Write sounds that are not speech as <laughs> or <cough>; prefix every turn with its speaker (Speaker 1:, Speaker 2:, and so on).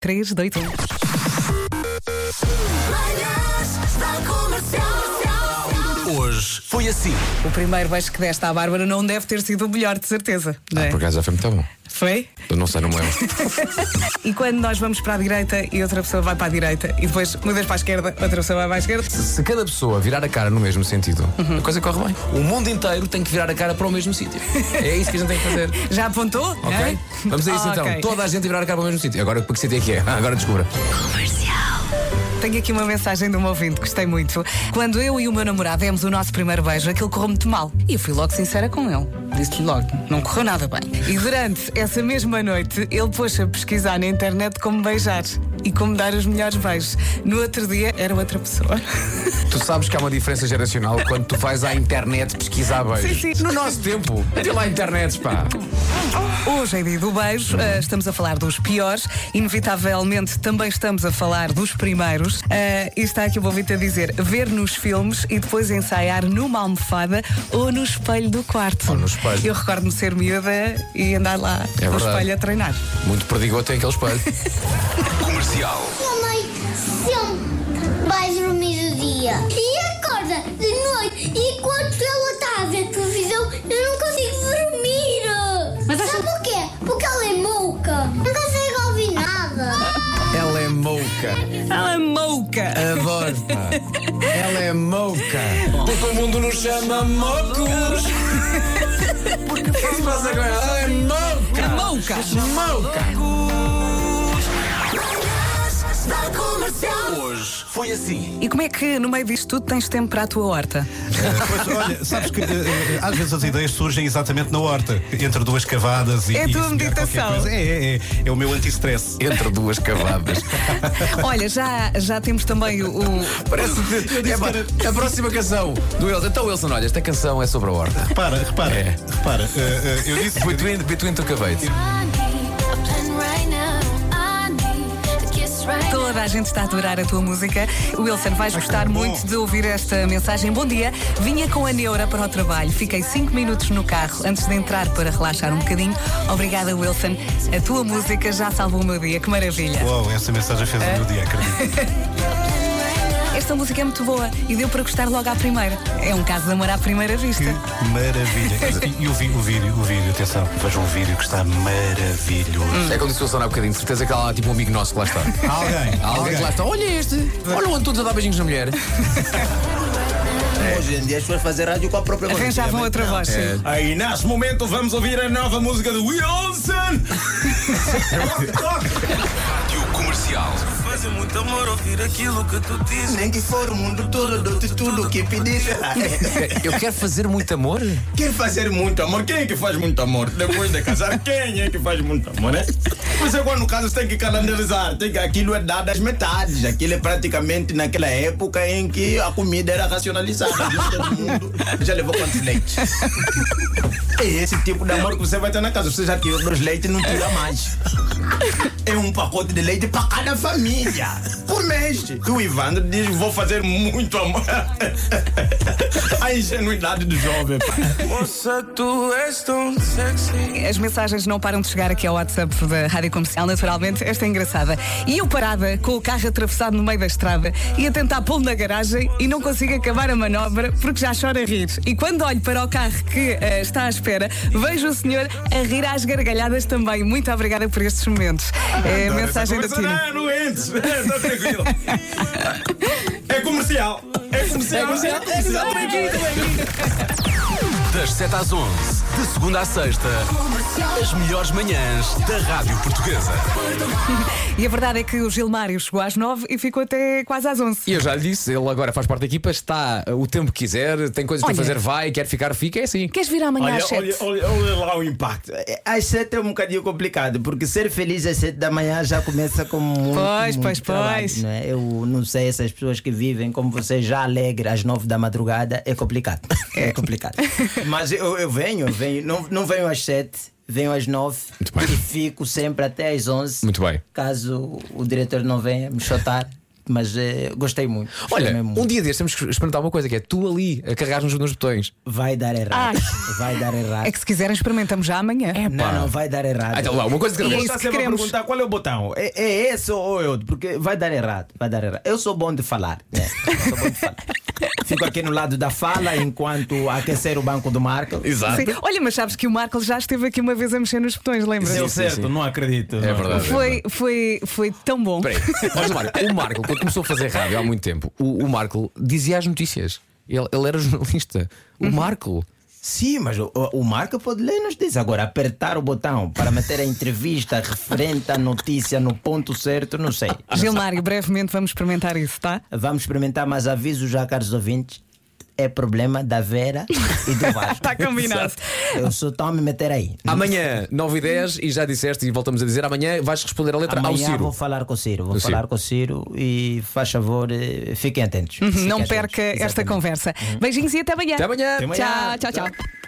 Speaker 1: 3, 2, 1.
Speaker 2: Hoje foi assim.
Speaker 1: O primeiro beijo que deste à Bárbara não deve ter sido o melhor, de certeza. Não é?
Speaker 2: Ah, Por acaso já foi muito bom.
Speaker 1: Foi?
Speaker 2: Eu não sei, não me lembro.
Speaker 1: E quando nós vamos para a direita e outra pessoa vai para a direita e depois mudas para a esquerda, outra pessoa vai para a esquerda.
Speaker 2: <laughs> Se cada pessoa virar a cara no mesmo sentido,
Speaker 1: Uhum.
Speaker 2: a coisa corre bem. O mundo inteiro tem que virar a cara para o mesmo sítio. É isso que a gente tem
Speaker 1: <laughs>
Speaker 2: que <laughs> fazer.
Speaker 1: Já apontou?
Speaker 2: Ok?
Speaker 1: Não?
Speaker 2: Vamos a isso
Speaker 1: Ah,
Speaker 2: então.
Speaker 1: ok.
Speaker 2: Toda a gente virar a cara para o mesmo sítio. Agora, para que sítio é <laughs> que é? Ah, agora descubra.
Speaker 1: Tenho aqui uma mensagem de um ouvinte, gostei muito. Quando eu e o meu namorado demos o nosso primeiro beijo, aquilo correu muito mal. E eu fui logo sincera com ele. Disse-lhe logo, não correu nada bem. E durante essa mesma noite, ele pôs a pesquisar na internet como beijar e como dar os melhores beijos. No outro dia, era outra pessoa. <laughs>
Speaker 2: Tu sabes que há uma diferença geracional quando tu vais à internet pesquisar beijos.
Speaker 1: Sim, sim.
Speaker 2: No nosso tempo, até lá à
Speaker 1: <laughs>
Speaker 2: internet, pá.
Speaker 1: Hoje é dia do beijo, eh, estamos a falar dos piores, inevitavelmente também estamos a falar dos primeiros. Eh, e está aqui o ouvinte a dizer: ver nos filmes e depois ensaiar numa almofada ou no espelho do quarto.
Speaker 2: Ou no espelho.
Speaker 1: Eu recordo-me ser miúda e andar lá
Speaker 2: É
Speaker 1: no
Speaker 2: verdade.
Speaker 1: espelho a treinar.
Speaker 2: Muito perdigoto é aquele espelho.
Speaker 3: Minha mãe sempre vai dormir o dia. E acorda de noite. E enquanto ela está a ver televisão, eu não consigo dormir. Mas Sabe porquê? Porque ela é mouca. Não consegue ouvir nada.
Speaker 2: Ela é mouca.
Speaker 1: Ela é mouca!
Speaker 2: Adoro, pá. Ela é mouca. Porque o mundo nos chama moucos. Porque se passa agora? Ela é mouca.
Speaker 1: É mouca!
Speaker 2: Mouca. assim.
Speaker 1: E como é que no meio disto tudo tens tempo para a tua horta?
Speaker 4: Pois, olha, sabes que eh, eh, às vezes as ideias surgem exatamente na horta, entre duas cavadas e.
Speaker 1: É a
Speaker 4: e
Speaker 1: tua
Speaker 4: semear
Speaker 1: meditação.
Speaker 4: qualquer coisa. É, é, é, é o meu anti-stress.
Speaker 2: Entre duas cavadas.
Speaker 1: <laughs> Olha, já, já temos também o. o-
Speaker 2: Parece que é, pá, a próxima canção do Wilson. Então, Wilson, olha, esta canção é sobre a horta.
Speaker 4: Repara, repara, repara. eh, eh, eu disse.
Speaker 2: Between, between two cavates.
Speaker 1: Toda a gente está a adorar a tua música. Wilson, vais gostar
Speaker 4: bom.
Speaker 1: muito de ouvir esta mensagem. Bom dia, vinha com a Neura para o trabalho. Fiquei cinco minutos no carro antes de entrar para relaxar um bocadinho. Obrigada, Wilson. A tua música já salvou o meu dia. Que maravilha.
Speaker 4: Uau, essa mensagem fez o meu dia, acredito.
Speaker 1: Esta música é muito boa e deu para gostar logo à primeira. É um caso de amor à primeira vista.
Speaker 4: Que maravilha. E, e o, vi- o vídeo, o vídeo, atenção, vejam o um vídeo que está maravilhoso.
Speaker 2: É como disse o Wilson há bocadinho. De certeza que há lá tipo um amigo nosso que lá está.
Speaker 4: Alguém,
Speaker 2: Há alguém que lá está. Olha este. Olha o Antunes a dar beijinhos na mulher.
Speaker 5: Hoje em dia as pessoas fazem rádio com a própria voz.
Speaker 1: Arranjavam outra
Speaker 2: É,
Speaker 1: voz. sim.
Speaker 6: Aí, nesse momento, vamos ouvir a nova música do Wilson.
Speaker 7: Fazem muito amor ouvir aquilo que tu dizes.
Speaker 5: Nem que for o mundo todo, dou-te tudo o que
Speaker 2: <laughs>
Speaker 5: É, pediste.
Speaker 2: é, Eu quero fazer muito amor.
Speaker 6: Quer fazer muito amor? Quem é que faz muito amor? Depois de casar, <laughs> quem é que faz muito amor, né? Mas agora, no caso, tem que calendarizar. Tem que, aquilo é dado às metades. Aquilo é praticamente naquela época em que a comida era racionalizada. Viu? Todo mundo já levou quantos leites? É esse tipo de amor que você vai ter na casa. Você já tirou dois leites e não tira mais. É um pacote de leite para cada família. Por mês. E o Ivandro diz: vou fazer muito amor. <laughs> A ingenuidade do jovem, pá.
Speaker 7: Moça, tu és tão sexy.
Speaker 1: As mensagens não param de chegar aqui ao WhatsApp da Rádio Comercial, naturalmente. Esta é engraçada. E eu parada, com o carro atravessado no meio da estrada, e a tentar pô-lo na garagem e não consigo acabar a manobra porque já choro a rir. E quando olho para o carro que eh, está à espera, vejo o senhor a rir às gargalhadas também. Muito obrigada por estes
Speaker 6: <laughs>
Speaker 1: momentos. É a mensagem da
Speaker 6: Começa,
Speaker 1: Tina.
Speaker 6: Não, não <laughs> entres. Está Tá tranquilo. É comercial. É comercial. É comercial.
Speaker 8: Das 7 às 11, de segunda à sexta, as melhores manhãs da Rádio Portuguesa.
Speaker 1: E a verdade é que o Gilmário chegou às nove e ficou até quase às onze.
Speaker 2: E eu já lhe disse, ele agora faz parte da equipa, está eh, o tempo que quiser, tem coisas
Speaker 1: Olha.
Speaker 2: para fazer, vai, quer ficar, fica, é assim.
Speaker 1: Queres vir amanhã
Speaker 6: Olha,
Speaker 1: às
Speaker 6: olha,
Speaker 1: sete?
Speaker 6: olha, olha lá o impacto.
Speaker 5: Às sete é um bocadinho complicado, porque ser feliz às sete da manhã já começa com muito,
Speaker 1: Pois,
Speaker 5: muito
Speaker 1: pois,
Speaker 5: trabalho,
Speaker 1: pois.
Speaker 5: não é? Eu não sei, essas pessoas que vivem como você já alegre às nove da madrugada, é complicado. <laughs> É, complicado. Mas eu, eu venho, eu venho, não, não venho às sete. Venho às nove
Speaker 2: Muito bem.
Speaker 5: e fico sempre até às onze.
Speaker 2: Muito bem.
Speaker 5: Caso o diretor não venha me chotar. mas eh, gostei muito. Gostei
Speaker 2: Olha,
Speaker 5: mesmo
Speaker 2: um
Speaker 5: muito.
Speaker 2: dia destes temos que experimentar uma coisa que é tu ali a carregar nos, nos botões.
Speaker 5: vai dar errado. Vai dar errado.
Speaker 1: É que se quiserem, experimentamos já amanhã. É,
Speaker 5: Não, não, vai dar errado.
Speaker 2: Ah, então lá, uma coisa que
Speaker 1: E é
Speaker 2: eu
Speaker 1: isso
Speaker 5: Está
Speaker 1: que
Speaker 5: sempre a
Speaker 1: queremos.
Speaker 5: perguntar qual é o botão. É, é esse ou é outro? Porque vai dar errado. Vai dar errado. Eu sou bom de falar. né? Eu sou bom <laughs> de falar. Fico aqui no lado da fala enquanto aquecer o banco do Marco.
Speaker 2: Exato.
Speaker 1: Sim. Olha, mas sabes que o Marco já esteve aqui uma vez a mexer nos botões, lembras?
Speaker 5: Deu certo, não acredito.
Speaker 2: É verdade.
Speaker 1: Foi, foi, foi tão bom.
Speaker 2: Espera aí. Mas, Marco, o Marco, quando começou a fazer rádio há muito tempo, o, o Marco dizia as notícias. Ele, ele era jornalista. O Marco.
Speaker 5: Sim, mas o, o Marco pode ler nos diz agora apertar o botão para meter a entrevista referente à notícia no ponto certo, não sei.
Speaker 1: Gilmário, brevemente vamos experimentar isso, tá?
Speaker 5: Vamos experimentar mais avisos já, caros ouvintes. É problema da Vera e do Vasco.
Speaker 1: Está combinado.
Speaker 5: Eu sou tão a me meter aí.
Speaker 2: Amanhã, 9 e 10, e já disseste, e voltamos a dizer, amanhã vais responder a letra ao
Speaker 5: Amanhã
Speaker 2: Ciro.
Speaker 5: vou falar com o Ciro, vou
Speaker 2: Do
Speaker 5: falar
Speaker 2: Ciro.
Speaker 5: com o Ciro e faz favor, eh, fiquem atentos.
Speaker 1: Uhum,
Speaker 5: Fiquem
Speaker 1: Não
Speaker 5: atentos.
Speaker 1: perca esta
Speaker 5: Exatamente.
Speaker 1: conversa. Beijinhos e até amanhã.
Speaker 2: Até amanhã.
Speaker 5: Até amanhã.
Speaker 1: Tchau, tchau, tchau.